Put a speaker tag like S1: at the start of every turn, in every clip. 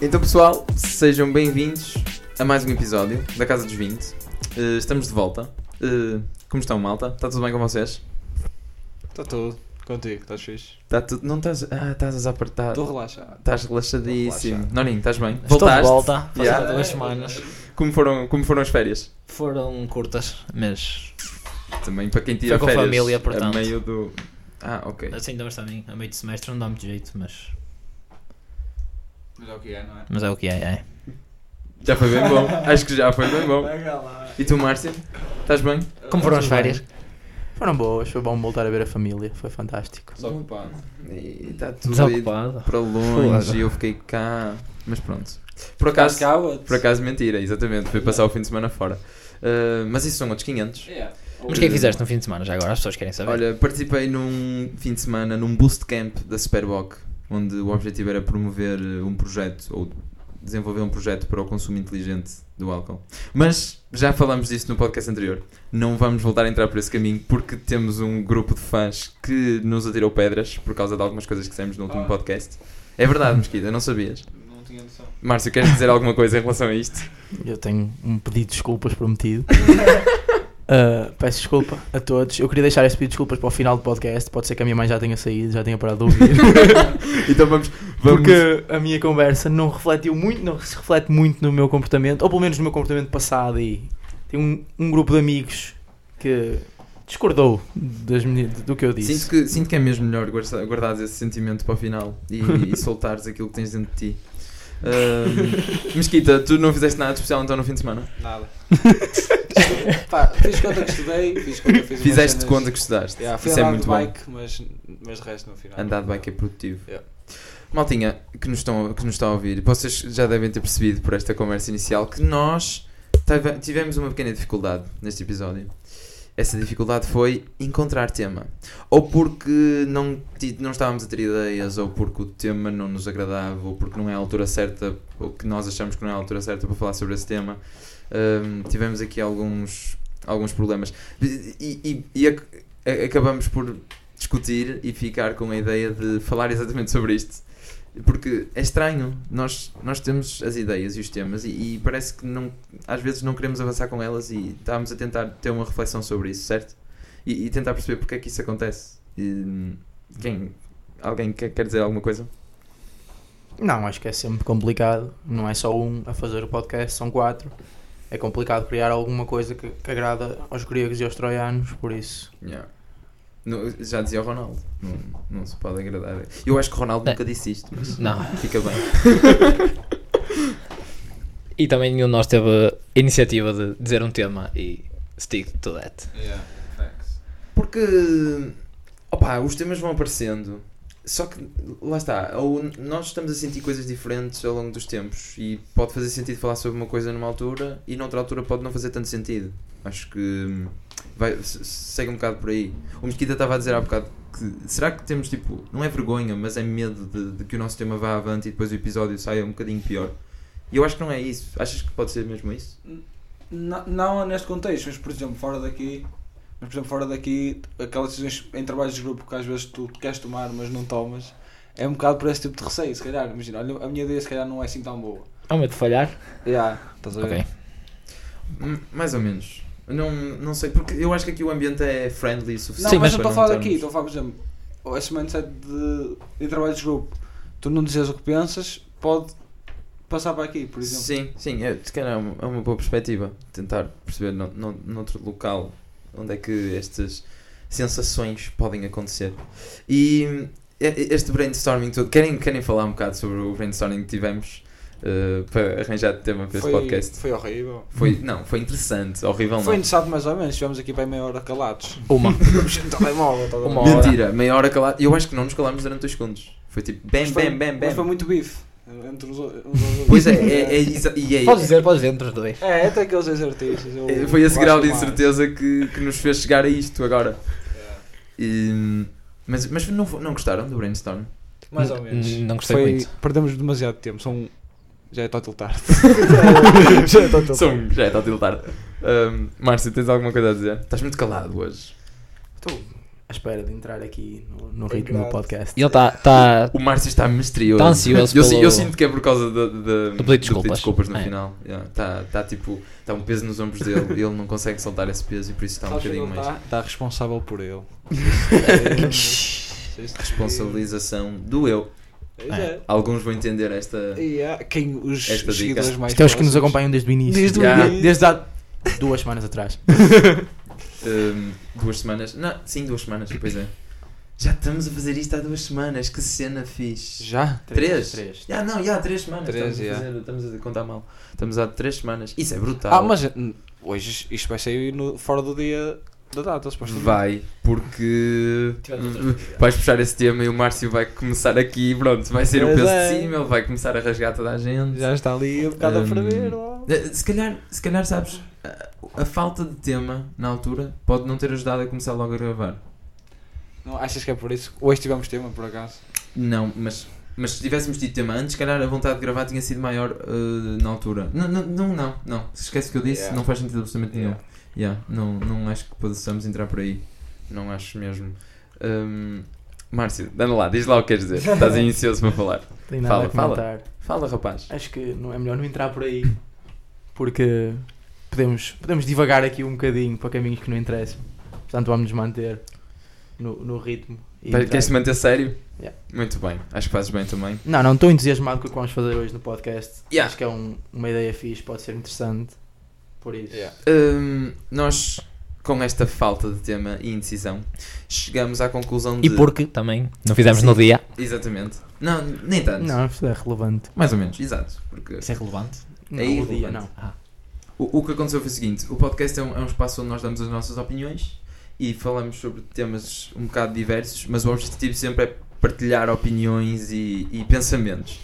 S1: Então, pessoal, sejam bem-vindos a mais um episódio da Casa dos 20. Eh, estamos de volta. Eh, como estão, malta? Está tudo bem com vocês?
S2: Está tudo. Contigo, estás fixe?
S1: Está tudo. Não estás. Ah, estás desapartado.
S2: Estou relaxado.
S1: Estás relaxadíssimo.
S2: Relaxado.
S1: Noninho, estás bem?
S3: Estou de volta, passaram
S1: Yeah.
S3: duas semanas.
S1: Como foram, como foram as férias?
S3: Foram curtas, mas
S1: Também para quem tira
S3: Foi com
S1: férias.
S3: família,
S1: A
S3: portanto.
S1: meio do. Ah, ok.
S3: assim também também, a meio de semestre não dá muito jeito, mas,
S2: Mas é o que é, não é?
S3: mas é o que é, é.
S1: Já foi bem bom. Acho que já foi bem bom.
S2: Pega lá.
S1: E tu, Márcio? Estás bem?
S3: Como foram as férias?
S4: Foram boas, foi bom voltar a ver a família, foi fantástico.
S2: Desocupado.
S1: E Está tudo aí
S3: Desocupado.
S1: para longe
S3: Foda.
S1: e eu fiquei cá. Mas pronto. Por acaso, por acaso mentira, exatamente. Fui passar o fim de semana fora. Ah, mas isso são outros 500.
S3: Mas o que é que fizeste no fim de semana já agora? As pessoas querem saber.
S1: Olha, participei num fim de semana num boost camp da Superboc, onde o objetivo era promover eh, um projeto ou desenvolver um projeto para o consumo inteligente do álcool. Mas já falámos disso no podcast anterior. Não vamos voltar a entrar por esse caminho porque temos um grupo de fãs que nos atirou pedras por causa de algumas coisas que dissemos no último
S2: Ah.
S1: podcast. É verdade, Mesquita, não sabias.
S2: Não tinha noção.
S1: Márcio, queres dizer alguma coisa em relação a isto?
S4: Eu tenho um pedido de desculpas prometido. Uh, peço desculpa a todos. Eu queria deixar esse pedido de desculpas para o final do podcast. Pode ser que a minha mãe já tenha saído, já tenha parado de ouvir.
S1: então vamos. vamos...
S4: Porque a minha conversa não refletiu muito, não se reflete muito no meu comportamento, ou pelo menos no meu comportamento passado. E tenho um, um grupo de amigos que discordou das minhas- do que eu disse.
S1: Sinto que, sinto que é mesmo melhor guarda- guardares esse sentimento para o final e, e soltares aquilo que tens dentro de ti. Ahm, Mesquita, tu não fizeste nada de especial então no fim de semana?
S2: Nada. Pá, fiz conta que estudei, fiz conta que fiz umas
S1: Fizeste de
S2: cenas.
S1: conta que estudaste.
S2: Yeah, fui
S1: Isso é
S2: andar
S1: muito
S2: de
S1: bom.
S2: bike, mas, mas de resto no final.
S1: Andar de bike é produtivo.
S2: Yeah.
S1: Maltinha, que nos, estão, que nos está a ouvir, vocês já devem ter percebido por esta conversa inicial que nós tive- tivemos uma pequena dificuldade neste episódio. Essa dificuldade foi encontrar tema. Ou porque não, ti- não estávamos a ter ideias, ou porque o tema não nos agradava, ou porque não é a altura certa, ou que nós achamos que não é a altura certa para falar sobre esse tema. Hum, tivemos aqui alguns, alguns problemas. E, e- e ac- a- acabamos por discutir e ficar com a ideia de falar exatamente sobre isto. Porque é estranho, nós, nós temos as ideias e os temas e, e parece que não, às vezes não queremos avançar com elas e estávamos a tentar ter uma reflexão sobre isso, certo? E, e tentar perceber porque é que isso acontece. E, quem, alguém quer, quer dizer alguma coisa?
S4: Não, acho que é sempre complicado. Não é só um a fazer o podcast, são quatro. É complicado criar alguma coisa que, que agrada aos gregos e aos troianos, por isso.
S1: Yeah. No- já dizia o Ronaldo, não, não se pode agradar. Eu acho que o Ronaldo
S3: É.
S1: nunca disse isto, mas
S3: Não.
S1: fica bem.
S3: E também nenhum de nós teve a iniciativa de dizer um tema e stick to that.
S2: Yeah, thanks.
S1: Porque opá, os temas vão aparecendo. Só que lá está, ou nós estamos a sentir coisas diferentes ao longo dos tempos e pode fazer sentido falar sobre uma coisa numa altura e noutra altura pode não fazer tanto sentido. Acho que hum, vai, se- segue um bocado por aí. O Mesquita estava a dizer há bocado que será que temos tipo, não é vergonha, mas é medo de, de que o nosso tema vá avante e depois o episódio saia um bocadinho pior. E eu acho que não é isso. Achas que pode ser mesmo isso?
S2: Não, não neste contexto, mas por exemplo, fora daqui. Mas por exemplo, fora daqui, aquelas decisões em trabalhos de grupo que às vezes tu queres tomar, mas não tomas, é um bocado por esse tipo de receio, se calhar. Imagina, olha, a minha ideia se calhar não é assim tão boa.
S3: Há um medo de falhar?
S2: Yeah, estás a ver?
S3: Ok.
S1: Hum, Mais ou menos. Não, não sei, porque eu acho que aqui o ambiente é friendly o
S2: Não,
S1: suficiente.
S3: Sim,
S2: mas
S3: mas
S2: não
S1: para
S2: estou a falar
S1: termos-
S2: daqui, estou a falar, por exemplo, esse mindset de, de trabalho de grupo. Tu não dizes o que pensas, pode passar para aqui, por exemplo.
S1: Sim, sim, é, se calhar é uma, é uma boa perspectiva. Tentar perceber no, no, noutro local onde é que estas sensações podem acontecer. E hum, e- e- este brainstorming todo, querem, querem falar um bocado sobre o brainstorming que tivemos eh, para arranjar tema para este
S2: foi,
S1: podcast?
S2: foi horrível.
S1: Foi, não, foi interessante, horrível
S2: Foi
S1: não.
S2: interessante mais ou menos, estivemos aqui para meia hora calados.
S3: Uma.
S2: no telemóvel, estás a ver?
S3: Uma hora.
S1: Mentira, meia hora calado. Eu acho que não nos calámos durante dois segundos. Foi tipo, bem,
S2: Mas foi-
S1: bem, bem,
S2: Mas foi
S1: bem.
S2: muito bife. eh, Entre os, uns aos outros.
S1: Pois é, é, é, exa- e é,
S3: Podes dizer, podes dizer entre os dois.
S2: É, até aqueles dois artistas. eu-
S1: É, Foi esse
S2: eu
S1: grau
S2: acho
S1: de
S2: mais.
S1: incerteza que, que nos fez chegar a isto agora.
S2: É.
S1: E- mas mas não, fo- não gostaram do brainstorm?
S2: Mais ou menos.
S4: Hum,
S3: N- Não gostei
S2: Foi-
S3: muito.
S2: Perdemos demasiado tempo, são. Já é total tarde. é
S1: São, já está a tiltar. Um, Márcio, tens alguma coisa a dizer? Estás muito calado hoje.
S4: Estou à espera de entrar aqui no, no
S2: Tem
S4: ritmo do
S2: cuidado.
S4: podcast.
S3: E ele está tá
S1: O Márcio está misterioso.
S3: Tá ansioso
S1: eu,
S3: pelo-
S1: eu sinto que é por causa da- da-
S3: Do pedido de desculpas.
S1: no
S3: É.
S1: final. Está tipo, está um peso nos ombros dele e ele não consegue soltar esse peso e por isso está um
S2: Sabes quem
S1: bocadinho
S2: ele
S1: mais.
S2: está? Está responsável por ele.
S1: Responsabilização do eu.
S2: É.
S1: Alguns vão entender esta.
S2: E há Quem os
S1: Esta dica.
S2: seguidores mais
S4: Isto é os que nos
S2: próximos.
S4: acompanham desde o início.
S2: Desde
S1: o
S2: início.
S4: Desde há duas semanas atrás.
S1: hum, duas semanas. Não, sim, duas semanas, pois é. Já estamos a fazer isto há duas semanas. Que cena fixe.
S2: Já?
S1: Três?
S4: Três.
S1: Já, não, já há três semanas.
S2: Três,
S1: estamos, a
S2: já.
S1: fazer- estamos a contar mal. Estamos há três semanas. Isso é brutal.
S2: Ah, mas hum, hoje isto vai sair no, fora do dia da data, supostamente.
S1: Vai, porque
S3: Tivemos outras
S1: vais puxar esse tema e o Márcio vai começar aqui e pronto, vai ser o
S2: Pois
S1: peso
S2: é.
S1: de cima, ele vai começar a rasgar toda a gente.
S2: Já está ali um bocado
S1: Hum.
S2: a ferver. ó.
S1: Eh, Se calhar, se calhar sabes, a, a falta de tema na altura pode não ter ajudado a começar logo a gravar.
S2: Não, achas que é por isso? Hoje tivemos tema, por acaso.
S1: Não, mas, mas se tivéssemos tido tema antes, se calhar a vontade de gravar tinha sido maior eh, na altura. Não, não, não, não, não. Se esquece o que eu disse,
S2: Yeah.
S1: não faz sentido absolutamente nenhum.
S2: Yeah.
S1: Yeah, não, não acho que possamos entrar por aí. Não acho mesmo. Hum, Márcio, dando lá, diz lá o que queres dizer. Estás aí ansioso para falar.
S4: Tem nada
S1: Fala,
S4: a
S1: fala.
S4: comentar.
S1: Fala, rapaz.
S4: Acho que não é melhor não entrar por aí. Porque podemos, podemos divagar aqui um bocadinho para caminhos que não interessam. Portanto, vamos nos manter no, no ritmo. e entrar.
S1: Queres te manter é sério?
S4: Yeah.
S1: Muito bem. Acho que fazes bem também.
S4: Não, não estou entusiasmado com o que vamos fazer hoje no podcast.
S1: Yeah.
S4: Acho que é um- uma ideia fixe, pode ser interessante. Por isso.
S1: Hum, nós, com esta falta de tema e indecisão, chegamos à conclusão de.
S3: E porque também não fizemos no
S1: Sim.
S3: dia.
S1: Exatamente. Não, nem tanto.
S4: Não, isso é relevante.
S1: Mais ou menos, exato. Porque
S3: Isso é relevante.
S1: É
S4: Não, o dia,
S1: irrelevante.
S4: não.
S1: o, o que aconteceu foi o seguinte: o podcast é um, é um espaço onde nós damos as nossas opiniões e falamos sobre temas um bocado diversos, mas o objetivo sempre é partilhar opiniões e, e pensamentos.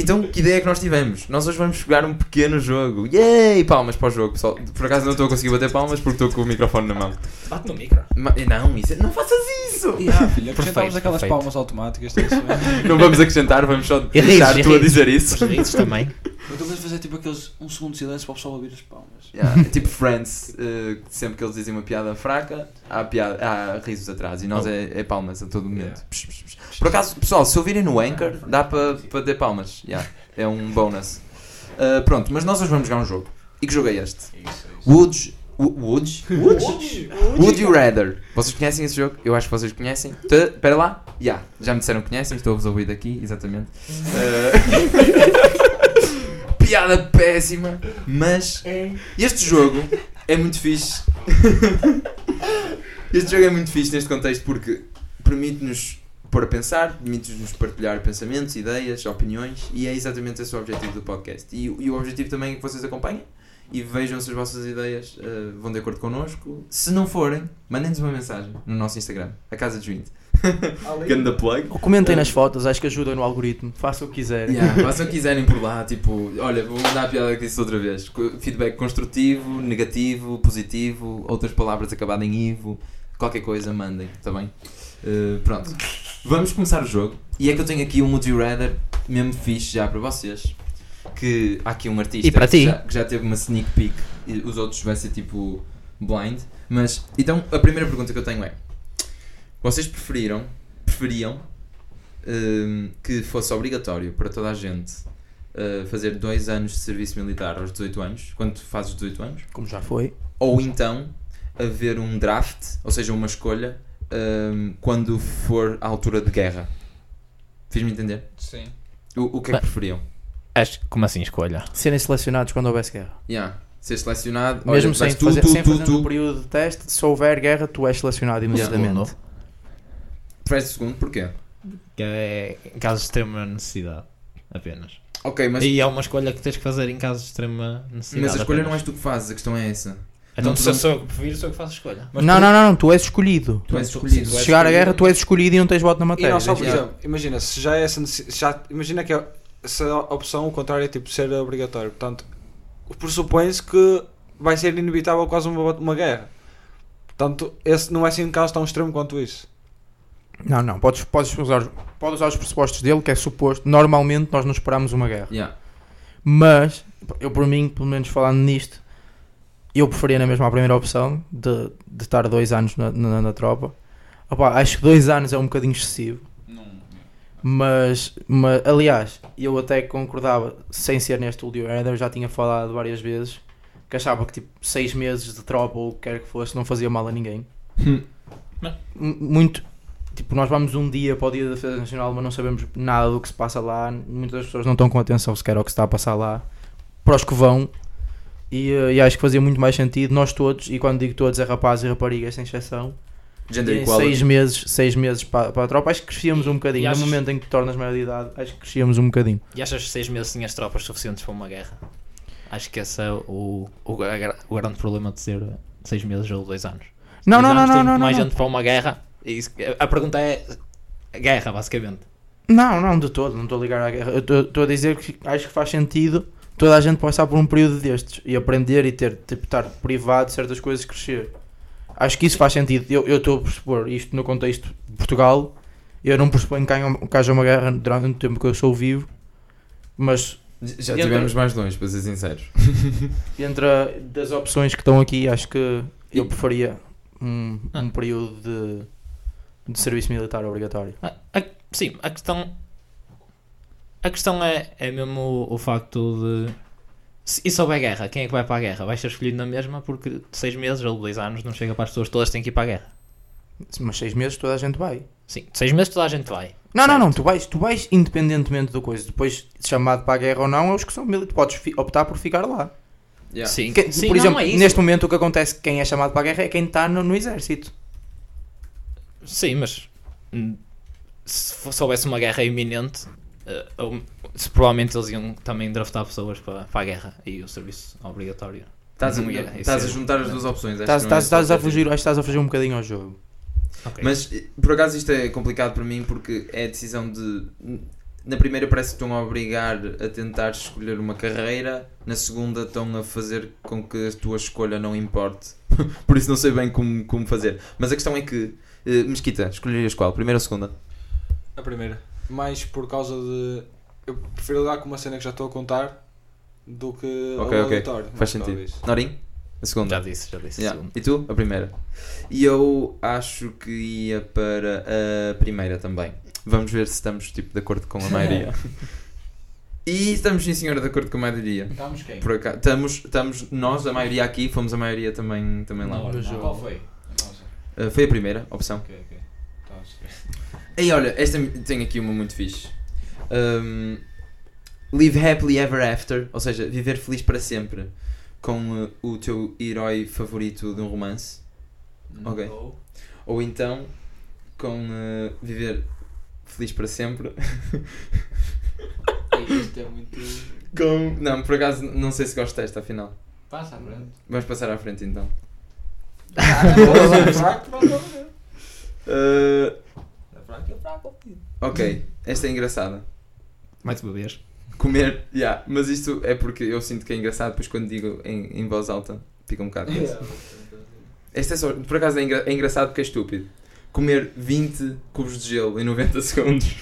S1: Então, que ideia é que nós tivemos? Nós hoje vamos jogar um pequeno jogo. Yay! Palmas para o jogo, pessoal. Por acaso não estou a conseguir bater palmas porque estou com o microfone na mão.
S3: Bate no micro.
S1: Ma- não, isso é- não faças isso!
S2: Ah, filho, acrescentámos
S3: Perfeito,
S2: aquelas
S3: perfeito.
S2: palmas automáticas. tá isso mesmo.
S1: Não vamos acrescentar, vamos só
S3: E risos,
S1: deixar
S3: e
S1: tu a
S3: risos.
S1: dizer isso.
S3: Os risos também.
S2: Eu estou a fazer tipo aqueles um segundo de silêncio para o pessoal ouvir as palmas.
S1: Yeah, é tipo Friends, eh, sempre que eles dizem uma piada fraca, há, piada, há risos atrás e nós é, é palmas a todo momento.
S2: Yeah.
S1: Psh, psh, psh. Por acaso, pessoal, se ouvirem no Anchor, dá para pa ter palmas. Yeah, é um bónus. Eh, pronto, mas nós hoje vamos jogar um jogo. E que jogo é este? Woods. Wo- Woods? Woods? Would You Rather? Vocês conhecem esse jogo? Eu acho que vocês conhecem. T- Espera lá. Yeah, já me disseram que conhecem, estou-vos a ouvir daqui, exatamente. Eh, piada péssima, mas este jogo é muito fixe. este jogo é muito fixe neste contexto porque permite-nos pôr a pensar, permite-nos partilhar pensamentos, ideias, opiniões e é exatamente esse o objetivo do podcast. E, o- e o objetivo também é que vocês acompanhem e vejam se as vossas ideias eh, vão de acordo connosco. Se não forem, mandem-nos uma mensagem no nosso Instagram, a Casa dos 20. Ganda plug.
S4: Ou comentem nas fotos, acho que ajudam no algoritmo. Façam o que quiserem.
S1: Eh, Yeah, façam o que quiserem por lá, tipo, olha, vou mandar a piada que disse outra vez. Co- Feedback construtivo, negativo, positivo, outras palavras acabadas em ivo, qualquer coisa, mandem, está bem? Uh, pronto, vamos começar o jogo. E é que eu tenho aqui um Would You Rather mesmo fixe já para vocês. Que há aqui um artista
S3: E para
S1: que,
S3: ti.
S1: já, que já teve uma sneak peek, e os outros vai ser tipo blind. Mas então a primeira pergunta que eu tenho é: vocês preferiram, preferiam hum, que fosse obrigatório para toda a gente uh, fazer dois anos de serviço militar aos 18 anos, quando tu fazes 18 anos,
S4: Como já foi.
S1: ou então haver um draft, ou seja, uma escolha, hum, quando for a altura de guerra? Fiz-me entender?
S2: Sim.
S1: O, o que é que preferiam?
S3: Acho, como assim escolha?
S4: Serem selecionados quando houvesse guerra.
S1: Yeah. Ser selecionado, olha,
S4: Mesmo sem
S1: vais tu,
S4: fazer,
S1: tu,
S4: sem
S1: tu,
S4: fazer
S1: tu,
S4: um período de teste, se houver guerra, tu és selecionado imediatamente.
S1: preferes o segundo, porquê?
S3: Que é em casos de extrema necessidade. Apenas.
S1: Ok, mas,
S3: E é uma escolha que tens que fazer em casos de extrema necessidade.
S1: mas a escolha não
S3: apenas.
S1: és tu que fazes, a questão é essa.
S3: Então,
S1: não te
S3: se eu
S1: dão-
S3: sou eu que prefiro, sou eu que faço a escolha.
S2: Mas
S4: não,
S2: tu-
S4: não, não, não, tu és escolhido.
S1: Tu és
S3: tu-
S1: escolhido.
S3: tu
S4: Se
S3: és
S4: chegar à
S3: escolhido.
S4: guerra, tu és escolhido e não tens voto na
S2: E
S4: matéria.
S2: não, só por
S1: Yeah.
S2: exemplo, imagina, se já é essa necess- já Imagina que é- se a opção, o contrário, é tipo ser obrigatório. Portanto, pressupõe-se que vai ser inevitável quase uma, uma guerra. Portanto, esse não é assim um caso tão extremo quanto isso.
S4: Não, não, podes, podes, usar, podes usar os pressupostos dele, que é suposto. Normalmente nós não esperamos uma guerra.
S1: Yeah.
S4: Mas, eu por mim, pelo menos falando nisto, eu preferia na mesma a primeira opção de, de estar dois anos na, na- na tropa Opa, acho que dois anos é um bocadinho excessivo.
S5: Não.
S4: Mas, mas, aliás, eu até concordava, sem ser neste último era, eu já tinha falado várias vezes que achava que tipo seis meses de tropa ou o que quer que fosse não fazia mal a ninguém.
S1: Hum.
S5: Não.
S4: M- Muito, tipo, nós vamos um dia para o Dia da Defesa Nacional, mas não sabemos nada do que se passa lá. Muitas das pessoas não estão com atenção sequer ao que se está a passar lá, para os que vão. E, eh, e acho que fazia muito mais sentido nós todos, e quando digo todos, é rapazes e raparigas, sem exceção,
S1: Gender
S4: em
S1: equality.
S4: seis meses, seis meses para, para a tropa, acho que crescíamos um bocadinho.
S3: E achas-
S4: No momento em que te tornas maior de idade, acho que crescíamos um bocadinho.
S3: E achas que seis meses tinhas tropas suficientes para uma guerra? Acho que esse é o, o, gra- o grande problema de ser seis meses ou dois anos. Dois
S4: Não, não, não,
S3: anos
S4: não,
S3: tem
S4: não, não,
S3: mais
S4: não.
S3: gente para uma guerra. E isso- a pergunta é guerra, basicamente.
S4: Não, não, de todo, não estou a ligar à guerra. Eu estou- Estou a dizer que acho que faz sentido toda a gente passar por um período destes e aprender e ter, tipo, estar privado de certas coisas e crescer. Acho que isso faz sentido. Eu eu estou a pressupor isto no contexto de Portugal. Eu não pressuponho que haja- que haja uma guerra durante o tempo que eu sou vivo, mas
S1: Já
S4: Dentro-
S1: estivemos mais longe, para ser sinceros.
S4: Entre a- das opções que estão aqui, acho que eu preferia um, um período de, de serviço militar obrigatório.
S3: A- a- sim, a questão. A questão é, é mesmo o, o facto de. Se, e se houver guerra, quem é que vai para a guerra? Vai ser escolhido na mesma porque seis meses ou dois anos não chega para as pessoas todas têm que ir para a guerra.
S4: Mas seis meses toda a gente vai.
S3: Sim, seis meses toda a gente vai.
S4: Não, não,
S3: Certo.
S4: não, tu vais, tu vais independentemente do coisa. Depois, chamado para a guerra ou não, é os que são militares. Podes fi- optar por ficar lá.
S1: Yeah.
S3: Sim,
S4: Que-
S3: sim,
S4: por
S3: não,
S4: exemplo,
S3: é isso.
S4: neste momento o que acontece que quem é chamado para a guerra é quem está no, no exército.
S3: Sim, mas hum, se fo- se houvesse uma guerra iminente, eh, hum, se- provavelmente eles iam também draftar pessoas para, para a guerra e o serviço obrigatório.
S1: Estás a,
S3: Não, yeah, isso
S1: estás a
S3: é-
S1: juntar as duas opções. acho
S4: Estás,
S1: que não é
S4: estás, estás a
S1: estratégico.
S4: fugir, acho que estás a fugir um bocadinho ao jogo.
S3: Ok.
S1: Mas eh, por acaso isto é complicado para mim porque é a decisão de. Na primeira parece que estão a obrigar a tentar escolher uma carreira, na segunda estão a fazer com que a tua escolha não importe. por isso não sei bem como, como fazer. Mas a questão é que. eh, Mesquita, escolherias qual? Primeira ou segunda?
S2: A primeira. Mais por causa de. Eu prefiro lidar com uma cena que já estou a contar do que um
S1: Ok,
S2: ao
S1: ok.
S2: aleatório.
S1: Faz sentido.
S2: Talvez.
S1: Norim? A segunda.
S3: já disse, já disse.
S1: Yeah.
S3: segundo.
S1: E tu? A primeira. E eu acho que ia para a primeira também. Vamos ver se estamos tipo, de acordo com a maioria. e estamos, sim, senhora, de acordo com a maioria.
S5: Estamos quem?
S1: Por acaso, estamos, estamos nós, a maioria aqui, fomos a maioria também, também lá.
S5: Hum.
S4: Não. jogo.
S5: Qual foi?
S1: Ah, foi a primeira opção.
S5: Ok, ok. Tá, esquece.
S1: E olha, esta tem aqui uma muito fixe. Um, live happily ever after, ou seja, viver feliz para sempre com uh, o teu herói favorito de um romance. Ok.
S5: Ou-
S1: Ou então com uh, viver feliz para sempre
S5: Ei, Isto é muito.
S1: com. Não, por acaso não sei se gosto desta afinal.
S5: Passa à frente.
S1: Vamos passar à frente então.
S5: É fraco, não é?
S1: Uh,
S5: É fraco, é fraco.
S1: ok, esta é engraçada.
S3: Mais uma vez.
S1: Comer, yeah, mas isto é porque eu sinto que é engraçado, depois quando digo em, em voz alta fica um bocado. tenso. Esta é só, por acaso é, engra- é engraçado porque é estúpido. Comer 20 cubos de gelo em 90 segundos.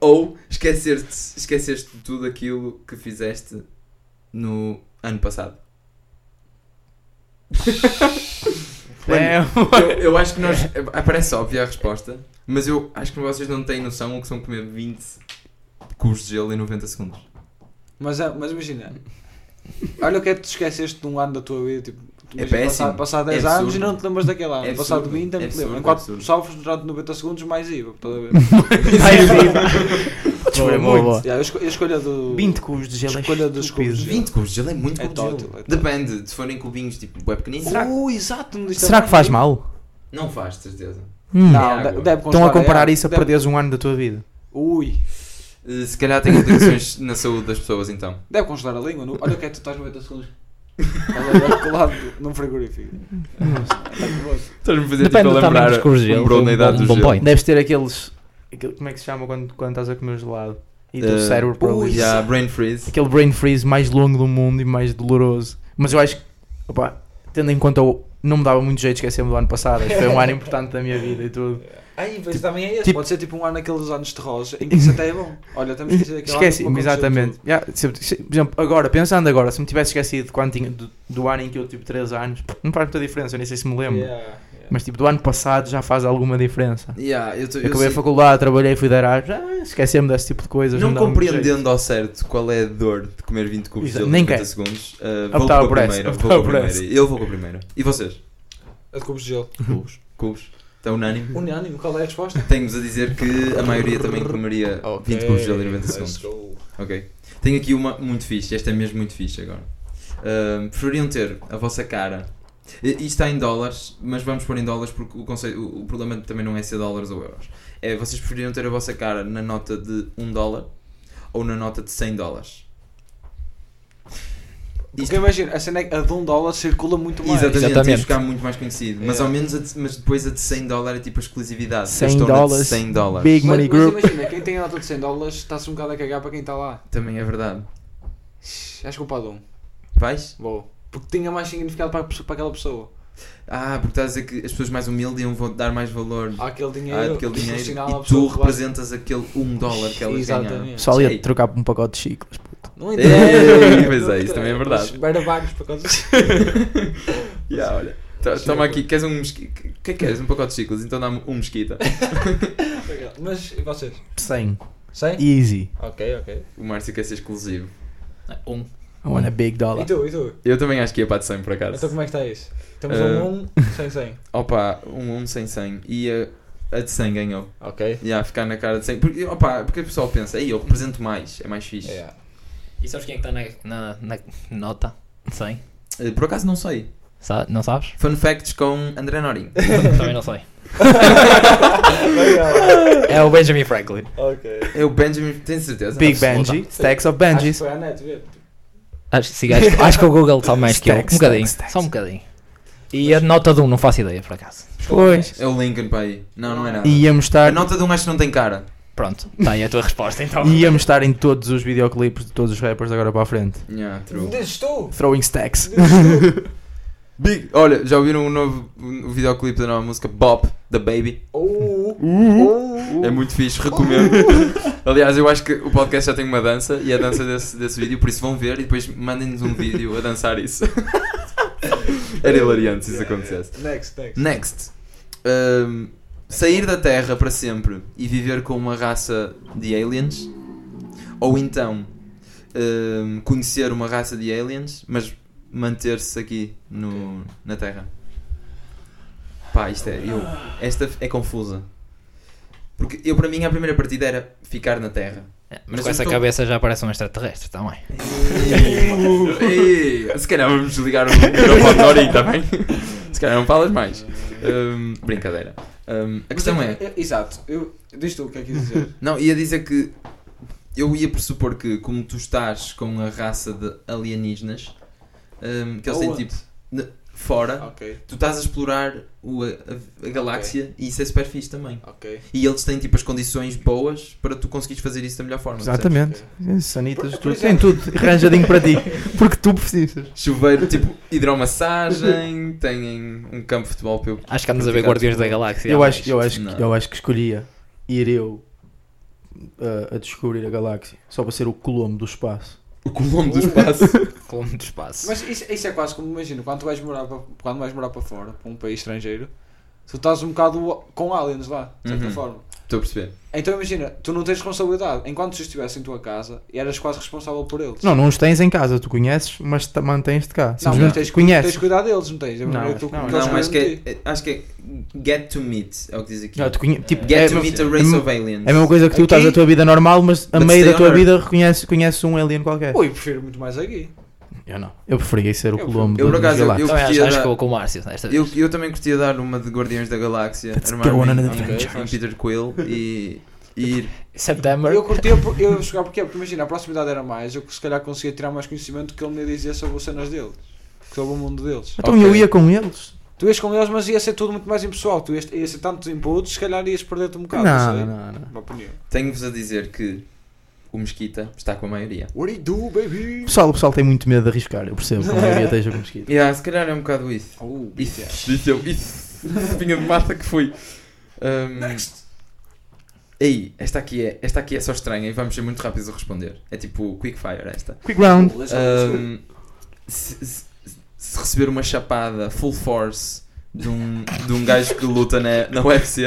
S1: Ou esquecer-te esquecer-te de tudo aquilo que fizeste no ano passado. Mano,
S4: É,
S1: Eu, eu acho que nós. Parece óbvia a resposta, mas eu acho que vocês não têm noção o que são comer 20 cubos de gelo em 90 segundos.
S2: Mas, é- mas imagina, olha o que é que tu esqueceste de um ano da tua vida. Tipo, tu
S1: É
S2: imagina,
S1: péssimo.
S2: Passar,
S1: É
S2: passar 10 anos e
S1: absurdo.
S2: não te lembras daquele ano.
S1: É
S2: passar de
S1: absurdo.
S2: 20
S1: É
S2: não te
S1: absurdo,
S2: lembras.
S1: é
S2: Enquanto
S1: absurdo.
S2: sofres durante 90 segundos, mais IVA. Estás a ver?
S4: Podes
S3: Boa,
S4: escolher
S3: boa,
S4: muito.
S2: Yeah, a, esco- a escolha do.
S4: 20 cubos de gelo. é
S2: Escolha dos
S4: estúpido.
S2: cubos de gelo.
S1: 20 cubos de gelo é muito
S2: É
S1: cubo de gelo.
S2: tótil, é tótil.
S1: Depende, se forem cubinhos tipo web pequeninos,
S2: Uh, exato. isto é
S4: Será que
S2: bem.
S4: faz mal?
S1: não faz, de certeza.
S4: Hum.
S1: É
S2: Não,
S1: água.
S2: de- deve
S4: Estão a
S2: congelar
S4: comparar
S2: água.
S4: isso a
S2: Deve-
S4: perderes um ano da tua vida.
S2: Ui,
S1: Eh, Se calhar tem implicações na saúde das pessoas então.
S2: deve congelar a língua. não? Olha o que é que tu estás 90 segundos. Estás a ver colado num frigorífico. Está nervoso.
S1: Estás-me a fazer
S3: Depende do tamanho dos cubos de gelo.
S1: bro na idade
S3: um
S1: do
S3: bom
S1: gelo.
S3: point.
S4: Deves ter aqueles. aquele- como é que se chama quando, quando estás a comer gelado? E o teu
S1: Eh,
S4: cérebro
S1: ui,
S4: paralisa.
S1: yeah, brain freeze.
S4: Aquele brain freeze mais longo do mundo e mais doloroso. Mas eu acho que, opa, tendo em conta o. Não me dava muito jeito esquecer-me do ano passado. Este foi um ano importante da minha vida e tudo.
S2: Aí, mas também é esse.
S4: tipo-
S2: Pode ser tipo um ano naqueles anos de rosa em que isso até é bom. Olha, estamos a esquecer daquele ano
S4: Esqueci,
S2: que me aconteceu
S4: exatamente.
S2: tudo.
S4: Yeah, se- se- por exemplo, agora, pensando agora, tipo, se me tivesse esquecido de quando tinha, do, do ano em que eu tive 3 anos, não faz muita diferença, eu nem sei se me lembro.
S2: Yeah, yeah.
S4: Mas tipo, do ano passado já faz alguma diferença.
S1: Yeah, eu tô- eu
S4: Acabei a
S1: sei-
S4: faculdade, trabalhei, fui dar ar, já esqueci-me desse tipo de coisas.
S1: não
S4: dá muito jeito.
S1: compreendendo ao certo qual é a dor de comer 20 cubos de
S4: Exato,
S1: gelo em
S4: nem
S1: 50
S4: quero.
S1: segundos, uh, vou
S4: Optava
S1: com a
S4: por essa,
S1: primeira. Vou
S4: optava
S1: com a
S4: por
S1: primeira.
S4: essa.
S1: Eu vvou com a primeira. E vocês?
S2: A É de cubos de gelo.
S1: Cubos. Cubos. Então, unânime.
S2: Unânime, qual é a resposta?
S1: Tenho-vos a dizer que a maioria também comeria 20 cubos de gelo em 90 segundos. Ok. Tenho aqui uma muito fixe, esta é mesmo muito fixe agora. Ahm, preferiam ter a vossa cara. I- Isto está em dólares, mas vamos pôr em dólares porque o, conceito, o o problema também não é ser dólares ou euros. É vocês preferiam ter a vossa cara na nota de 1 dólar ou na nota de 100 dólares?
S2: Porque
S1: Isto-
S2: imagina, a cena é que a de 1 dólar circula muito mais.
S1: Exatamente,
S3: Exatamente.
S1: ia ficar muito mais conhecido. Mas,
S2: É.
S1: ao menos a de- mas depois a de 100 dólares é tipo a exclusividade.
S4: 100
S1: Eu estou na de
S4: dólares,
S1: 100 dólares.
S4: Big
S2: Mas,
S4: Money
S2: mas
S4: Group.
S2: imagina, quem tem a nota de 100 dólares está-se um bocado a cagar para quem está lá.
S1: Também é verdade.
S2: Acho que o Padum.
S1: Vais?
S2: Vou. Porque tinha mais significado para, a pessoa- para aquela pessoa.
S1: Ah, porque estás a dizer que as pessoas mais humildes iam vo- dar mais valor
S2: Há aquele dinheiro,
S1: Ah, aquele
S2: que
S1: dinheiro
S2: assinala a
S1: e tu
S2: pessoa que vai-
S1: representas aquele 1 um dólar que elas ganharam.
S2: Exatamente.
S4: Só ali
S1: Sei.
S4: a trocar por um pacote de chicles.
S2: Não
S1: Ei,
S2: interessa.
S1: pois
S2: Não
S1: é, isso também é
S2: interessa.
S1: verdade.
S2: Mas Era vários para causa
S1: Yeah, olha. To- Toma
S2: é
S1: aqui, queres um mosquito? O que é que queres? Um pacote de chicles? Então dá-me um mosquito.
S2: Mas e vocês?
S4: 100.
S2: 100?
S4: Easy.
S2: Ok, ok.
S1: O Márcio quer ser exclusivo.
S3: Um.
S4: I want a big
S2: E
S4: dollar.
S2: tu, e tu?
S1: Eu também acho que ia para de 100 por
S2: Então
S1: acaso.
S2: como é que está isso? Temos
S1: Ah.
S2: um 1, 100, 100.
S1: Opa, um 1 sem 100 e a, a de 100 ganhou.
S2: Ok.
S1: Yeah, ficar na cara de 100. Porque, opa, porque o pessoal pensa, ei, eu represento mais, é mais fixe.
S2: Yeah.
S3: E sabes quem é que está na, na, na nota de 100?
S1: Eh, Por acaso não sei.
S3: Sa- não sabes?
S1: Fun facts com André Norinho.
S3: Também não sei. É o Benjamin Franklin.
S2: Ok.
S1: É o Benjamin, tenho certeza.
S4: Big
S3: Absoluta.
S4: Benji. Stacks of
S2: Acho que
S4: Benjis.
S2: foi a net, vê.
S3: Acho, que sim, acho, que- acho que o Google sabe mais que eu. Um
S4: Stacks,
S3: bocadinho.
S4: stacks,
S3: Só um bocadinho. E a nota de um, não faço ideia, por acaso.
S4: Pois.
S1: É o Lincoln para aí. Não, não é nada.
S4: Íamos
S1: A
S4: estar,
S1: nota de um acho que não tem cara.
S3: Pronto, está aí a tua resposta então.
S4: íamos estar em todos os videoclipes de todos os rappers agora para a frente.
S1: Yeah, true.
S2: Dizes tu!
S4: Throwing stacks.
S1: Big, olha, já ouviram o novo o videoclipe da nova música Bop, da Baby?
S2: Oh,
S1: É muito fixe, recomendo. Aliás, eu acho que o podcast já tem uma dança e a dança desse, desse vídeo, por isso vão ver e depois mandem-nos um vídeo a dançar isso. Era hilariante se isso acontecesse.
S2: Next, next.
S1: Next. Ahm, sair da Terra para sempre e viver com uma raça de aliens? Ou então ahm, conhecer uma raça de aliens, mas manter-se aqui no, na Terra? Pá, isto é. Eu, esta é confusa. Porque eu, para mim, a primeira partida era ficar na Terra.
S3: É,
S1: Mas
S3: Mas com essa
S1: então-
S3: cabeça já parece um extraterrestre também.
S1: Uhum. Ei, se calhar vamos desligar o microfone da Ori, tá bem? Se calhar não falas mais. Ahm, brincadeira. Ahm, a questão é.
S2: Exato. Eu, diz tu o que é que quis dizer.
S1: Não, ia dizer que eu ia pressupor que, como tu estás com a raça de alienígenas, ahm, que eles têm
S2: Aonde?
S1: tipo na- fora,
S2: Ok,
S1: tu estás a explorar o- a, a- a galáxia e isso é super fixe também.
S2: ok.
S1: E eles têm tipo as condições boas para tu conseguires fazer isso da melhor forma. percebes?
S4: Exatamente.
S2: Por-
S4: Sanitas,
S2: por
S4: tudo.
S2: exemplo-
S4: Tem tudo arranjadinho para ti. Porque tu precisas.
S1: Chuveiro, tipo hidromassagem, têm um campo de futebol para eu
S3: Acho que andas a ver Guardiões da Galáxia.
S4: Eu acho, eu, acho,
S1: Não.
S4: eu acho que escolhia ir eu uh, a descobrir a galáxia. Só para ser o Colombo do espaço.
S1: O Colombo do espaço.
S3: Como de espaço.
S2: Mas isso, isso é quase como, imagino, quando tu vais morar para, quando vais morar para fora, para um país estrangeiro, tu estás um bocado com aliens lá, de certa
S1: Uhum.
S2: forma.
S1: Estou a perceber.
S2: Então imagina, tu não tens responsabilidade. Enquanto tu estivesse em tua casa, eras quase responsável por eles.
S4: Não, não os tens em casa, tu conheces, mas ta- mantens-te cá. Simplesmente
S2: mas tens,
S4: conheces.
S2: tens cuidado deles, não tens? É a
S4: Não,
S2: maneira que tu-
S4: não,
S2: que eles
S1: Não, acho que,
S2: cuidam de ti.
S1: é, é- acho que é get to meet, é o que diz aqui.
S4: Não, tu conhe- tipo, é,
S1: Get to
S4: a-
S1: meet a race
S4: é
S1: of aliens.
S4: é a mesma coisa que tu
S2: Aqui-
S4: estás a tua vida normal, mas a
S1: But
S4: meio
S1: stay
S4: da tua
S1: on
S4: vida reconheces, reconheces um alien qualquer.
S2: Ui, prefiro muito mais aqui.
S4: Eu não. Eu preferia ser o
S2: Eu-
S4: Colombo
S1: eu,
S4: do
S1: por acaso,
S4: galáxia.
S1: eu
S3: Também acho,
S1: curtia
S3: acho
S1: dar-
S3: que vou com o Márcio nesta
S1: Eu,
S3: vez.
S1: eu também curtia dar uma de Guardiões da Galáxia,
S4: Let's
S1: armar-me
S4: go on an
S1: em-
S4: adventure.
S1: em Peter Quill e, e ir.
S3: September.
S2: Eu curtia, por- eu ia jogar porque, é, porque imagina, a proximidade era mais, eu se calhar conseguia tirar mais conhecimento do que ele me ia dizer sobre as cenas deles, sobre o mundo deles.
S4: Então
S1: Ok. Um
S4: eu ia com eles.
S2: Tu ias com eles, mas ia ser tudo muito mais impessoal. Tu ias, ia ser tantos inputs, se calhar ias perder-te um bocado.
S4: não,
S2: sei.
S4: não, não, não.
S2: Uma opinião.
S1: Tenho-vos a dizer que o Mesquita está com a maioria.
S2: What do you do, baby?
S4: O pessoal, o pessoal tem muito medo de arriscar, eu percebo. que A maioria esteja com mosquito.
S1: Yeah, se calhar é um bocado isso.
S2: Oh,
S1: Isso,
S2: yeah.
S1: isso, eu- isso. Vinha de massa que fui. Ahm, Ei, esta aqui, é, esta aqui é só estranha e vamos ser muito rápidos a responder. É tipo quick fire esta.
S4: Quick round.
S2: Let's go, let's go.
S1: Ahm, se, se- se receber uma chapada full force de um, de um gajo que luta na, na UFC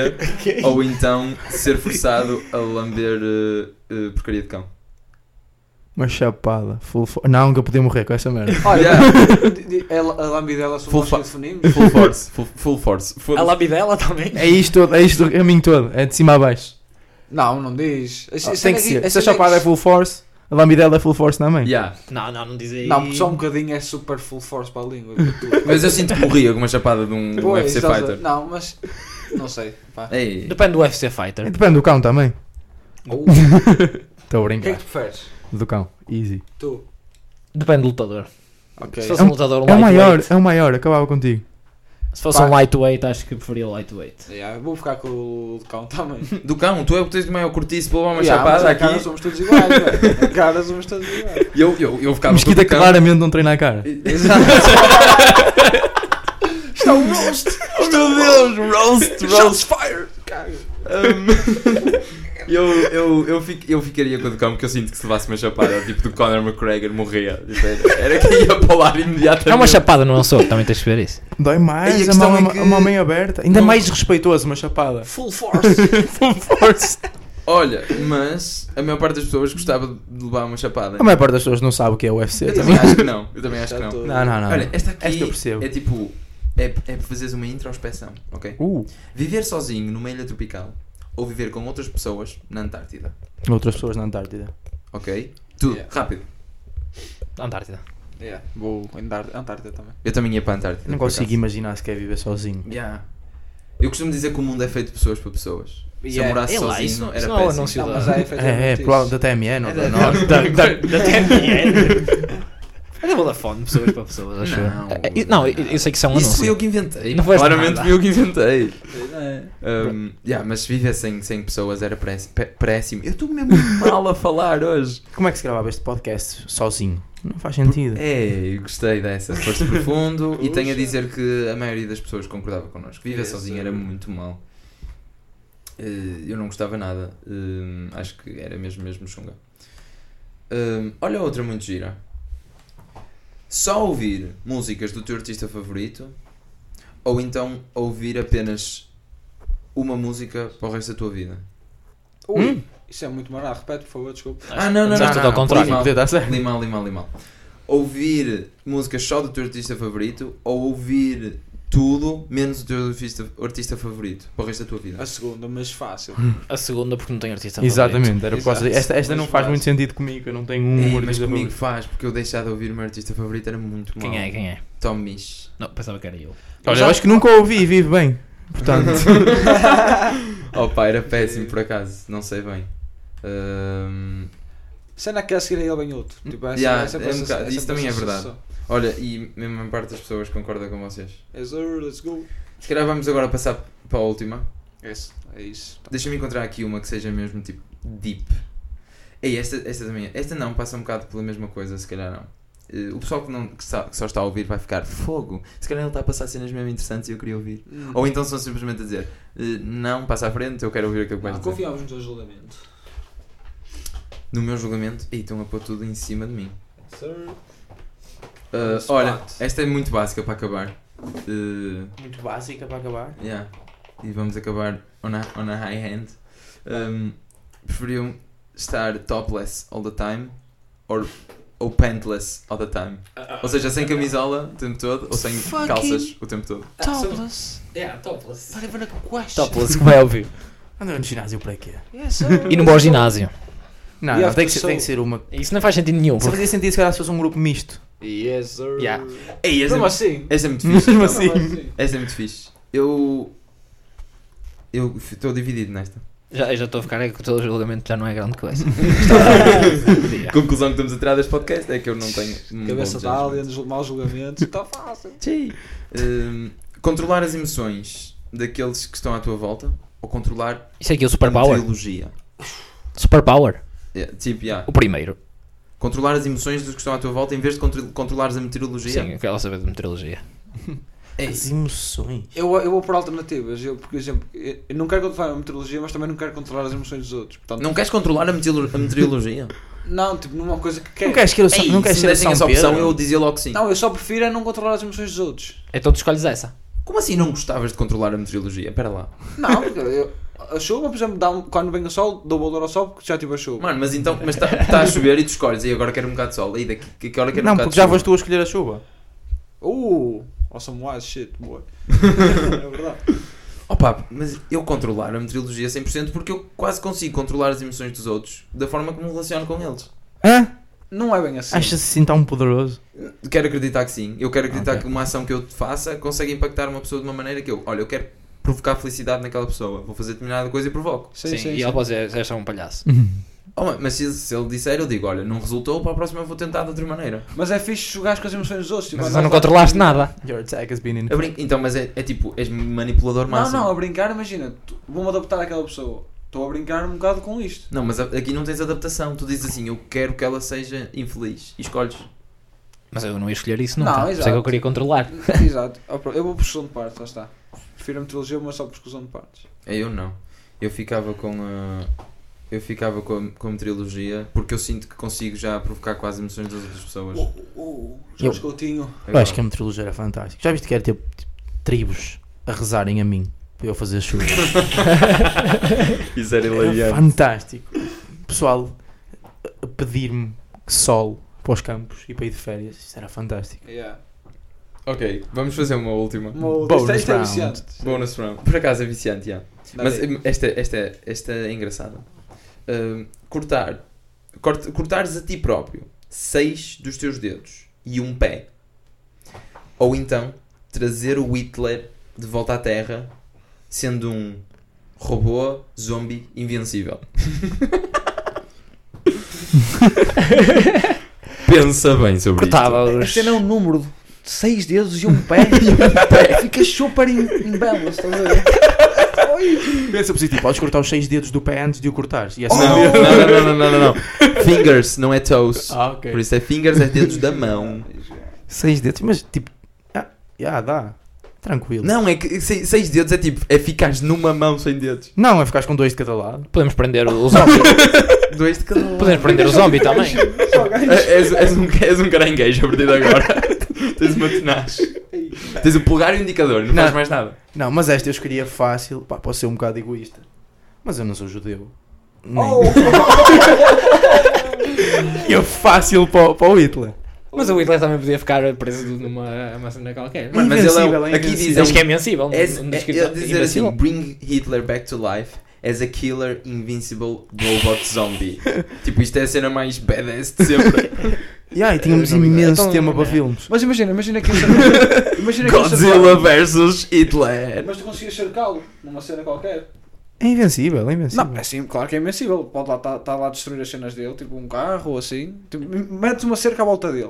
S1: ou então ser forçado a lamber eh, eh, porcaria de cão.
S4: Uma chapada. Full fo- Não, que eu podia morrer com essa merda.
S2: Olha,
S1: Yeah.
S2: di- di- é la- a lambidela são
S1: Full
S2: nós que
S1: fa-
S2: definimos.
S1: Full force, full, full force.
S3: A
S1: Foda-se.
S3: labidela também.
S4: É isto todo, é isto o caminho todo. É de cima a baixo.
S2: Não, não diz. A
S4: Ah,
S2: cena
S4: tem que
S2: aqui-
S4: ser.
S2: a
S4: Se a
S2: cena
S4: chapada é
S2: que-
S4: full force, a lambidela é full force também.
S1: Yeah.
S3: Não, não, não diz aí.
S2: Não, porque só um bocadinho é super full force para a língua.
S1: Mas eu sinto que morria com uma chapada de um, de um
S2: Pois,
S1: UFC
S2: estás a-
S1: fighter.
S2: Não, mas. Não sei. Pá.
S1: Ei.
S3: Depende do UFC Fighter.
S4: Depende do cão também.
S2: O
S4: Estou a
S2: que é que
S4: brincar.
S2: tu preferes?
S4: Do cão. Easy.
S2: Tu.
S3: Depende do lutador.
S2: Ok.
S3: Se fosse um lutador um
S4: É o maior,
S3: lightweight-
S4: é o maior. Acabava contigo.
S3: Se fosse
S2: Pá.
S3: um lightweight, acho que preferia o lightweight.
S2: Yeah, vou ficar com o de cão também.
S1: Do cão, tu é o que tens de maior cortiço para levar uma
S2: Yeah, mas é
S1: chapada
S2: a cara
S1: aqui.
S2: somos todos iguais, velho. A cara somos todos iguais.
S1: E Eu, eu, eu ficava
S4: Mosquita
S1: com o cão.
S4: é claramente não treina a cara.
S2: Está um roast!
S1: Oh meu Deus, roast, roast.
S2: Shots
S3: É
S2: fired! Caga.
S1: Um, eu, eu, eu, fico- eu ficaria com o do cão porque eu sinto que se levasse uma chapada, tipo do Conor McGregor morria. Tipo, era- Era que ia para o ar imediatamente.
S3: É uma chapada, não é um soco, também tens de ver isso.
S4: Dói
S1: Ei, a
S4: mais, a,
S1: questão
S4: mão,
S1: é que-
S4: a mão meio aberta. Ainda
S1: Não.
S4: mais respeitoso, uma chapada.
S2: Full force!
S4: Full force.
S1: Olha, mas a maior parte das pessoas gostava de levar uma chapada.
S4: A maior parte das pessoas não sabe o que é UFC.
S1: Eu
S4: também.
S1: também acho que não. Eu também acho
S2: Já
S1: que não.
S2: estou-
S4: Não, não, não.
S1: Olha, esta aqui
S4: Esta eu percebo.
S1: é tipo. É, é para fazeres uma introspeção, ok?
S4: Uh,
S1: Viver sozinho numa ilha tropical ou viver com outras pessoas na Antártida,
S4: outras pessoas na Antártida.
S1: ok? Tudo,
S2: Yeah.
S1: rápido.
S3: Antártida.
S2: Yeah, Vou em Dar- Antártida também.
S1: Eu também ia para a Antártida.
S4: Não
S1: por
S4: consigo
S1: acaso.
S4: imaginar se quer viver sozinho.
S1: Yeah. Eu costumo dizer que o mundo é feito de pessoas para pessoas. Se eu
S2: Yeah.
S1: morasse
S3: É lá,
S1: sozinho,
S3: isso-
S1: era
S3: isso não é um
S1: péssimo.
S3: anúncio.
S2: Não,
S3: Cidade.
S2: mas há
S4: É, é,
S2: efetivamente
S4: provavelmente
S2: isso.
S4: da TMN ou
S1: É
S4: da
S1: da-
S4: Norte.
S3: Da é TMN. É Vodafone, pessoas para pessoas, acho eu.
S1: Não.
S3: É, eu- Não, eu eu sei que isso é um
S1: Isso fui
S3: anúncio.
S1: eu que inventei.
S3: Não foste
S1: Claramente
S3: nada.
S1: fui eu que inventei.
S2: É.
S1: Um, yeah, mas viver sem, sem pessoas era pré- pé- péssimo. Eu estou mesmo mal a falar hoje.
S4: Como é que se gravava este podcast sozinho? Não faz sentido.
S1: Ei, É, gostei dessa. Foste profundo e tenho a
S2: Puxa.
S1: dizer que a maioria das pessoas concordava connosco. Viver
S2: Isso.
S1: sozinho era muito mal. Eh, Eu não gostava nada. Hum, Acho que era mesmo, mesmo chunga. Hum, Olha outra muito gira. Só ouvir músicas do teu artista favorito ou então ouvir apenas uma música para o resto da tua vida.
S2: Ui,
S4: Hum?
S2: Isso é muito marado. Repete, por favor, desculpa.
S1: Ah, não, não, não. não,
S3: Disseste tudo ao
S1: não.
S3: contrário.
S1: Limal,
S4: Podia dar certo.
S1: limal, limal, limal. Ouvir músicas só do teu artista favorito ou ouvir tudo menos o teu artista, artista favorito para o resto da tua vida?
S2: A segunda, mas fácil.
S3: A segunda, porque não tem artista. favorito.
S4: Exatamente, era por causa
S2: Exato.
S4: Esta, esta não
S2: Mas
S4: faz
S2: faz.
S4: muito sentido comigo, eu não tenho
S3: Hum,
S4: um
S1: Ei,
S4: humor
S1: É, mas
S4: de
S1: comigo faz, porque eu deixar de ouvir o meu artista favorito era muito mal.
S3: Quem é, quem é?
S1: Tom Misch.
S3: Não, pensava que era eu.
S4: Olha,
S2: Já-
S4: eu acho que nunca ouvi e vive bem. Portanto,
S1: Oh pá, era péssimo por acaso, não sei bem. Ahm,
S2: Cena que a seguir a ele vem outro. Tipo, essa,
S1: Yeah,
S2: essa
S1: é um
S2: essa-
S1: bocado-
S2: essa
S1: isso também é verdade.
S2: sensação.
S1: olha, e mesmo a parte das pessoas concorda com vocês.
S2: É zero, let's go.
S1: Se calhar vamos agora passar para a última.
S2: Yes, é isso.
S1: Deixa-me encontrar aqui uma que seja mesmo tipo deep. Ei, esta, esta também. é- Esta não, passa um bocado pela mesma coisa, se calhar não. Eh, o pessoal que, não, que, só, que só está a ouvir vai ficar fogo. Se calhar ele está a passar cenas mesmo interessantes e eu queria ouvir.
S2: Hum.
S1: Ou então são simplesmente a dizer eh, não, passa à frente, eu quero ouvir aquilo que vais
S2: Não,
S1: então, dizer.
S2: confiamos Ah, no teu julgamento.
S1: No meu julgamento, ei, estão a pôr tudo em cima de mim.
S2: Yes, sir.
S1: Eh,
S2: Spot.
S1: olha, esta é muito básica para acabar. Eh,
S4: muito básica para acabar.
S1: Yeah. E vamos acabar on a, on a high hand. Um, preferiam estar topless all the time or, ou pantless all the time?
S4: Ah.
S1: Ou seja, sem camisola o tempo todo ou sem
S3: Fucking-
S1: calças o tempo todo?
S3: Ah, É, Topless.
S5: Yeah, topless.
S2: Not even a question.
S3: Topless, como é óbvio.
S4: Andou no ginásio para quê?
S2: Yes, sir.
S3: E não vou ao ginásio.
S4: Não,
S2: E
S4: não,
S2: after
S4: tem, que ser,
S2: show?
S4: tem que ser uma.
S3: Isso não faz sentido nenhum.
S4: Se
S3: Porque...
S4: fazia sentido se calhar se fosse um grupo misto.
S2: Yes, sir.
S3: Yeah.
S1: Ei, esta, é
S2: Mesmo
S1: muito-
S2: assim.
S1: esta é muito fixe.
S4: Mesmo
S1: então.
S4: assim.
S1: Esta é muito fixe. Eu. Eu f- estou dividido nesta.
S3: Já, eu já estou a ficar aí com todo o julgamento, já não é grande coisa.
S1: A conclusão que estamos a tirar deste podcast é que eu não tenho. um
S2: Hum, Cabeça
S1: bom Tá
S2: de alien, jul- mau julgamento. Está fácil.
S1: Sim. Hum, controlar as emoções daqueles que estão à tua volta ou controlar
S3: Isso aqui é o
S1: a
S3: Superpower.
S1: meteorologia?
S3: Superpower.
S1: É, tipo, yeah.
S3: O primeiro.
S1: controlar as emoções dos que estão à tua volta em vez de contro controlares a meteorologia.
S3: Sim, eu quero saber de meteorologia.
S1: É
S4: As
S1: isso.
S4: emoções.
S2: Eu, eu vou por alternativas. Eu, por exemplo, eu eu não quero controlar a meteorologia, mas também não quero controlar as emoções dos outros. Portanto,
S1: Não queres controlar a, meteorolo- a meteorologia?
S2: Não, tipo, numa coisa que
S4: Não
S2: quero.
S4: queres, que eu só, um-
S1: Ei,
S4: não queres
S1: se
S4: ser
S1: me
S4: a
S1: dessem
S4: São
S1: essa
S4: Pedro?
S1: opção, eu dizia logo sim.
S2: Não, eu só prefiro é não controlar as emoções dos outros.
S3: Então tu escolhes essa.
S1: Como assim não gostavas de controlar a meteorologia? Pera lá.
S2: Não, porque eu- a chuva, por exemplo, dá, um, quando vem o sol, dou valor ao sol porque já tive a chuva.
S1: Mano, mas então, mas está tá a chover e tu escolhes, e agora quero um bocado de sol, e daqui que que hora quero um
S4: Não,
S1: bocado
S4: porque
S1: de
S4: já
S1: chuva.
S4: foste tu a escolher a chuva.
S2: Uh, awesome wise shit, boy. é verdade.
S1: Opa, mas eu controlar a meteorologia 100% porque eu quase consigo controlar as emoções dos outros da forma como me relaciono com eles.
S4: Hã?
S2: Não é bem assim.
S4: Achas-se assim tão poderoso?
S1: Quero acreditar que sim. Eu quero acreditar
S4: Ok.
S1: que uma ação que eu faça consegue impactar uma pessoa de uma maneira que eu, olha, eu quero provocar felicidade naquela pessoa. Vou fazer determinada coisa e provoco.
S2: Sim,
S3: sim,
S2: sim,
S3: e
S2: sim.
S3: ele pode dizer, és só um palhaço.
S1: Oh, ma- mas se, se ele disser, eu digo, olha, não resultou, para a próxima eu vou tentar de outra maneira.
S2: Mas é fixe jogar com as emoções dos outros. tipo,
S3: Mas
S2: andar-
S3: não controlaste nada.
S4: Your attack has been in.
S1: Eu brinco- Então, mas é, é tipo, és manipulador
S2: Não,
S1: máximo.
S3: assim.
S2: não, a brincar, imagina, tu- vou-me adaptar àquela pessoa. Estou a brincar um bocado com isto.
S1: Não, mas a- aqui não tens adaptação. Tu dizes assim, eu quero que ela seja infeliz. E escolhes.
S3: Mas eu não ia escolher isso
S2: Não,
S3: nunca. Por isso é que eu
S2: exato.
S3: queria controlar.
S2: Exato. Ó, pronto, Eu vou por exclusão de partes, lá está. Prefiro a meteorologia, mas só por exclusão de partes.
S1: É, Eu não. Eu ficava com a. Eu ficava com a, com a meteorologia porque eu sinto que consigo já provocar quase emoções das outras pessoas.
S3: Oh,
S2: Uh, uh, Jorge Coutinho.
S4: Eu acho que a meteorologia era fantástica. Já viste que era ter tipo, tribos a rezarem a mim para eu fazer chuva?
S1: Isso era
S2: É
S4: Era fantástico. Pessoal a pedir-me sol para os campos e para ir de férias. Isso era fantástico.
S2: Yeah.
S1: Ok, vamos fazer uma última.
S2: Uma outra- Isto é- isto é
S4: round.
S2: viciante.
S1: Bonus round. Por acaso é viciante, já.
S2: Dá
S1: Mas
S2: daí.
S1: hum, esta, esta, esta é engraçada. Hum, cortar. Cort- cortares a ti próprio seis dos teus dedos e um pé. Ou então trazer o Hitler de volta à Terra sendo um robô zombie invencível. Pensa bem sobre
S3: Cortava
S2: A
S3: os.
S2: cena é um número de seis dedos e um pé. Fica super em belas, estás a ver?
S4: Pensa positivo. Podes cortar os seis dedos do pé antes de o cortares. E é só um
S1: Não,
S4: dedo.
S1: não, não, não, não, não, não. Fingers, não é toes.
S4: Ah,
S1: Por
S4: ok.
S1: isso é fingers, é dedos da mão.
S4: Seis dedos, mas tipo. Ah, yeah, dá. Tranquilo.
S1: Não, é que se- seis dedos é tipo, é ficares numa mão sem dedos.
S4: Não, é ficares com dois de cada lado.
S3: Podemos prender o zombie.
S1: Dois de cada lado.
S3: Podemos prender o zombie também.
S2: Só ganhos.
S1: É- És, és um, és um caranguejo a partir de agora. Tens uma tenaz. Tens o polegar e o indicador, não,
S4: Não.
S1: faz mais nada.
S4: Não, mas esta eu escolhia fácil. Pá, posso ser um bocado egoísta. Mas eu não sou judeu. Nem.
S2: Oh,
S4: Eu fácil para, o Hitler.
S3: Mas o Hitler também podia ficar preso numa uma cena qualquer.
S1: Mano, mas ele é,
S4: Invencível,
S1: um-
S4: é
S1: aqui diz, é
S3: Diz
S1: um,
S3: que é vencível. não-
S1: é,
S3: não
S1: é,
S3: diz que-
S1: ele dizer assim,
S3: invencível.
S1: bring Hitler back to life as a killer invincible robot zombie. tipo, isto é a cena mais badass de
S4: É
S1: sempre.
S4: e tínhamos
S3: Eu não-
S4: imenso
S3: então,
S4: tema para
S3: é.
S4: filmes.
S2: Mas imagina, imagina que eu cercava- Imagina que eu
S1: Godzilla
S2: cercava-
S1: versus Hitler.
S2: Mas tu conseguias cercá-lo numa cena qualquer.
S4: É invencível, é invencível.
S2: Não, é assim, claro que é invencível. Pode lá estar lá a destruir as cenas dele, tipo um carro ou assim. Tipo, metes uma cerca à volta dele.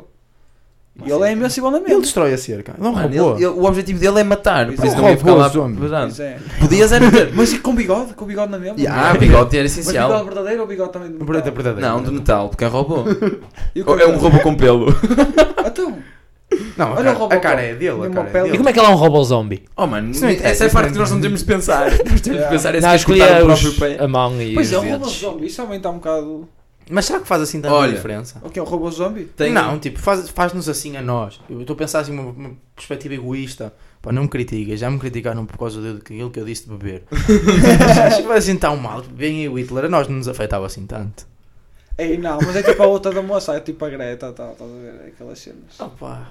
S2: E ele é invencível na
S4: Ele
S2: mesma.
S4: destrói a cerca. Ele é um
S1: Mano,
S4: robô.
S1: ele- ele- o objetivo dele é matar, por
S2: É
S1: isso
S2: um
S1: não ia ficar
S4: robô
S1: lá.
S4: zombie.
S1: Verdade.
S2: Pois é.
S1: Podias era ter.
S2: Mas e com bigode? Com bigode na mesma?
S1: Ah, bigode era
S2: Mas bigode é
S1: essencial.
S2: verdadeiro ou bigode também de metal?
S4: Verdade, verdade.
S1: Não, de metal, porque é robô.
S2: E o
S1: Ou é um
S2: cabelo?
S1: robô com pelo.
S2: Então,
S4: Não, a,
S2: Olha o
S4: cara,
S2: robô,
S4: a cara
S2: pô.
S4: é dele. A
S2: Tem
S4: cara
S2: uma
S4: é
S2: pele.
S4: dele.
S3: E como é que ele é um robô zombie?
S1: Oh mano,
S4: Isso não interessa,
S1: essa é a
S4: isso
S1: parte
S4: não
S1: que nós não temos de pensar. Nós temos de
S2: Yeah.
S1: pensar é se
S3: Não,
S1: queres cortar
S3: escolhia
S1: o próprio
S3: os-
S1: pé.
S3: a mão e
S2: pois
S3: os
S2: é, um robô
S3: dedos.
S2: zombie. Isso também está um bocado.
S4: Mas será que faz assim tanta
S1: Olha.
S4: diferença?
S2: O que é um robô zombie?
S1: Tem-
S4: Não, tipo, faz- faz-nos assim a nós. Eu estou a pensar assim, uma, uma perspectiva egoísta. Pá, não me critiquem, já me criticaram por causa do- daquilo que eu disse de beber. Se faz assim tão mal, bem aí o Hitler, a nós não nos afetava assim tanto.
S2: Ei, não, mas é tipo a outra da moça, é tipo a Greta, tal, estás a ver? Aquelas cenas.
S4: Opa.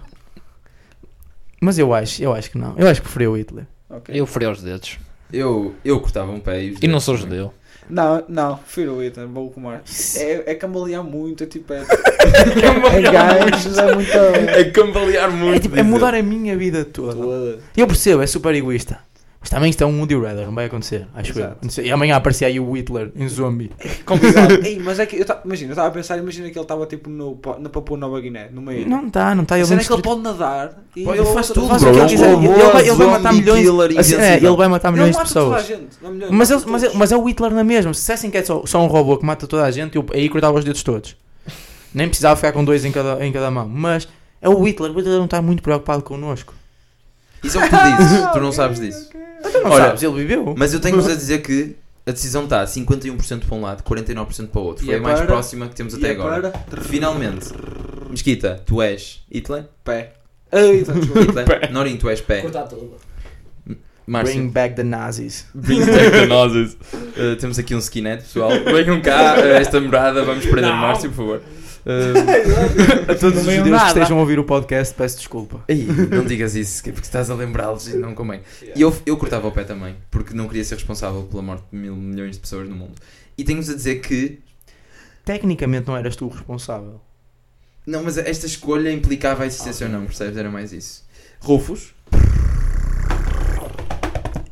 S4: Mas eu acho, eu acho que não. Eu acho que preferia o Hitler.
S2: Ok.
S3: Eu furei os dedos.
S1: Eu, eu cortava um pé e, os
S3: E não
S1: dedos
S3: sou
S1: também.
S3: judeu.
S2: Não, não, prefiro o Ethan, vou com o Marcos. É, é cambalear muito, é tipo. É, é gajos, é muita.
S1: É cambalear muito.
S4: É, tipo, é
S1: dizer.
S4: mudar a minha vida toda. Eu percebo, é super egoísta. Mas também isto é um Woody Rather, não vai acontecer, acho eu.
S2: Exato.
S4: Não sei, E amanhã aparecia aí o Hitler em zombie.
S2: Complicado. Ei, mas é que. Eu ta- imagina, eu estava a pensar, imagina que ele estava tipo no, pa- na Papua Nova Guiné, numa ilha.
S4: Não está, não está.
S2: A
S4: Ele,
S2: cena
S4: não
S2: é que ele
S4: destrói-
S2: pode nadar e
S1: Pode-
S2: ele
S1: faz
S2: outra-
S1: tudo,
S4: faz
S1: bro,
S4: o que
S1: é um
S4: ele quiser. Ele, ele vai, ele vai
S1: robô,
S4: matar
S1: zombie
S4: milhões.
S1: um killer
S4: assim, é,
S1: invencível.
S4: ele vai matar
S2: Ele
S4: milhões de
S2: mata toda a
S4: pessoas.
S2: gente, não milhões,
S4: Mas,
S2: mata
S4: ele, mas, ele-
S2: todos.
S4: mas é o Hitler na mesma. Se dissessem que é só, só um robô que mata toda a gente, eu aí cortava os dedos todos. Nem precisava ficar com dois em cada, em cada mão. Mas é o Hitler, o Hitler não está muito preocupado connosco.
S1: Isso é o que tu dizes. Tu não sabes disso.
S4: Então não
S1: Olha,
S4: sabes, ele viveu.
S1: Mas eu tenho-vos a dizer que a decisão está 51% para um lado, 49% para o outro.
S2: E
S1: Foi
S2: é
S1: a mais
S2: para-
S1: próxima que temos
S2: E
S1: até
S2: é
S1: agora.
S2: para-
S1: Finalmente. Mesquita, tu és Hitler?
S2: Pé. Eita, desculpa.
S1: Hitler? Norinho, tu és pé.
S3: Cortar tudo.
S1: Márcio.
S4: Bring back the Nazis.
S1: Bring back the Nozes. Uh, temos aqui um skinhead, pessoal. Venham cá uh, esta morada, vamos prender o Márcio, por favor. Uh,
S4: A todos
S3: Não
S4: os
S3: veio
S4: judeus que
S3: nada.
S4: estejam a ouvir o podcast, peço desculpa.
S1: ei, não digas isso, que é porque estás a lembrá-los e não convém. E eu, eu cortava o pé também, porque não queria ser responsável pela morte de mil milhões de pessoas no mundo. E tenho-vos a dizer que.
S4: Tecnicamente não eras tu o responsável.
S1: Não, mas esta escolha implicava a existência ou não, percebes? Era mais isso. Rufus.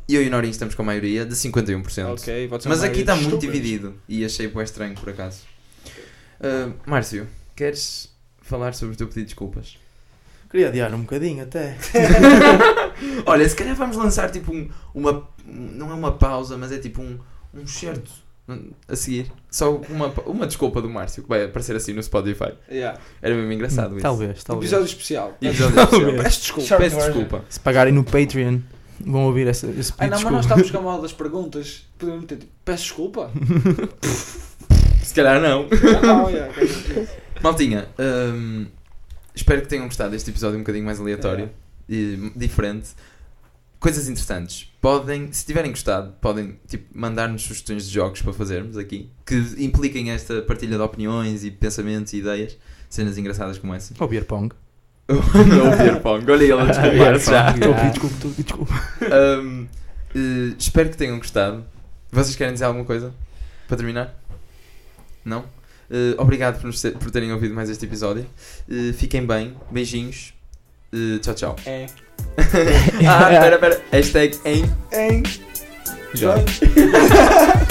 S1: E eu e o Norinho estamos com a maioria, de 51%.
S2: Ok, pode ser
S1: Mas
S2: uma
S1: aqui
S2: maioria
S1: está
S2: de
S1: muito
S2: estúpidos.
S1: dividido e achei bem estranho por acaso. Ah, Márcio, queres falar sobre o teu pedido de desculpas?
S4: Queria adiar um bocadinho até.
S1: Olha, se calhar vamos lançar tipo um, uma. Não é uma pausa, mas é tipo um, um certo a seguir. Só uma, pa- uma desculpa do Márcio que vai aparecer assim no Spotify.
S2: Yeah.
S1: Era mesmo engraçado isso.
S4: Hum, Talvez, talvez.
S2: Episódio especial.
S1: Episódio
S4: Talvez.
S1: especial.
S2: Peço desculpa.
S1: Peço desculpa.
S4: Se pagarem no Patreon, vão ouvir essa, esse
S2: Ai
S4: pedido
S2: não, mas nós
S4: de desculpa.
S2: estávamos com a mal das perguntas. Podemos ter tipo, peço desculpa?
S1: Se calhar não.
S2: Ah, não, yeah, ok.
S1: Maltinha, hum, espero que tenham gostado deste episódio um bocadinho mais aleatório e diferente. Coisas interessantes. Podem, se tiverem gostado, podem tipo, mandar-nos sugestões de jogos para fazermos aqui que impliquem esta partilha de opiniões e pensamentos e ideias, cenas engraçadas como essa.
S4: Ou beer pong.
S1: Não o beer pong. Olha ele a desculpar já.
S4: Estou a pedir desculpa, estou a pedir desculpa.
S1: Hum, eh, espero que tenham gostado. Vocês querem dizer alguma coisa para terminar? Não? Eh, obrigado por, nos ter- por terem ouvido mais este episódio. Eh, fiquem bem, beijinhos. Eh, tchau, tchau.
S2: É.
S1: ah, pera, pera. Hashtag em.
S2: Em.
S1: Já.
S2: Já.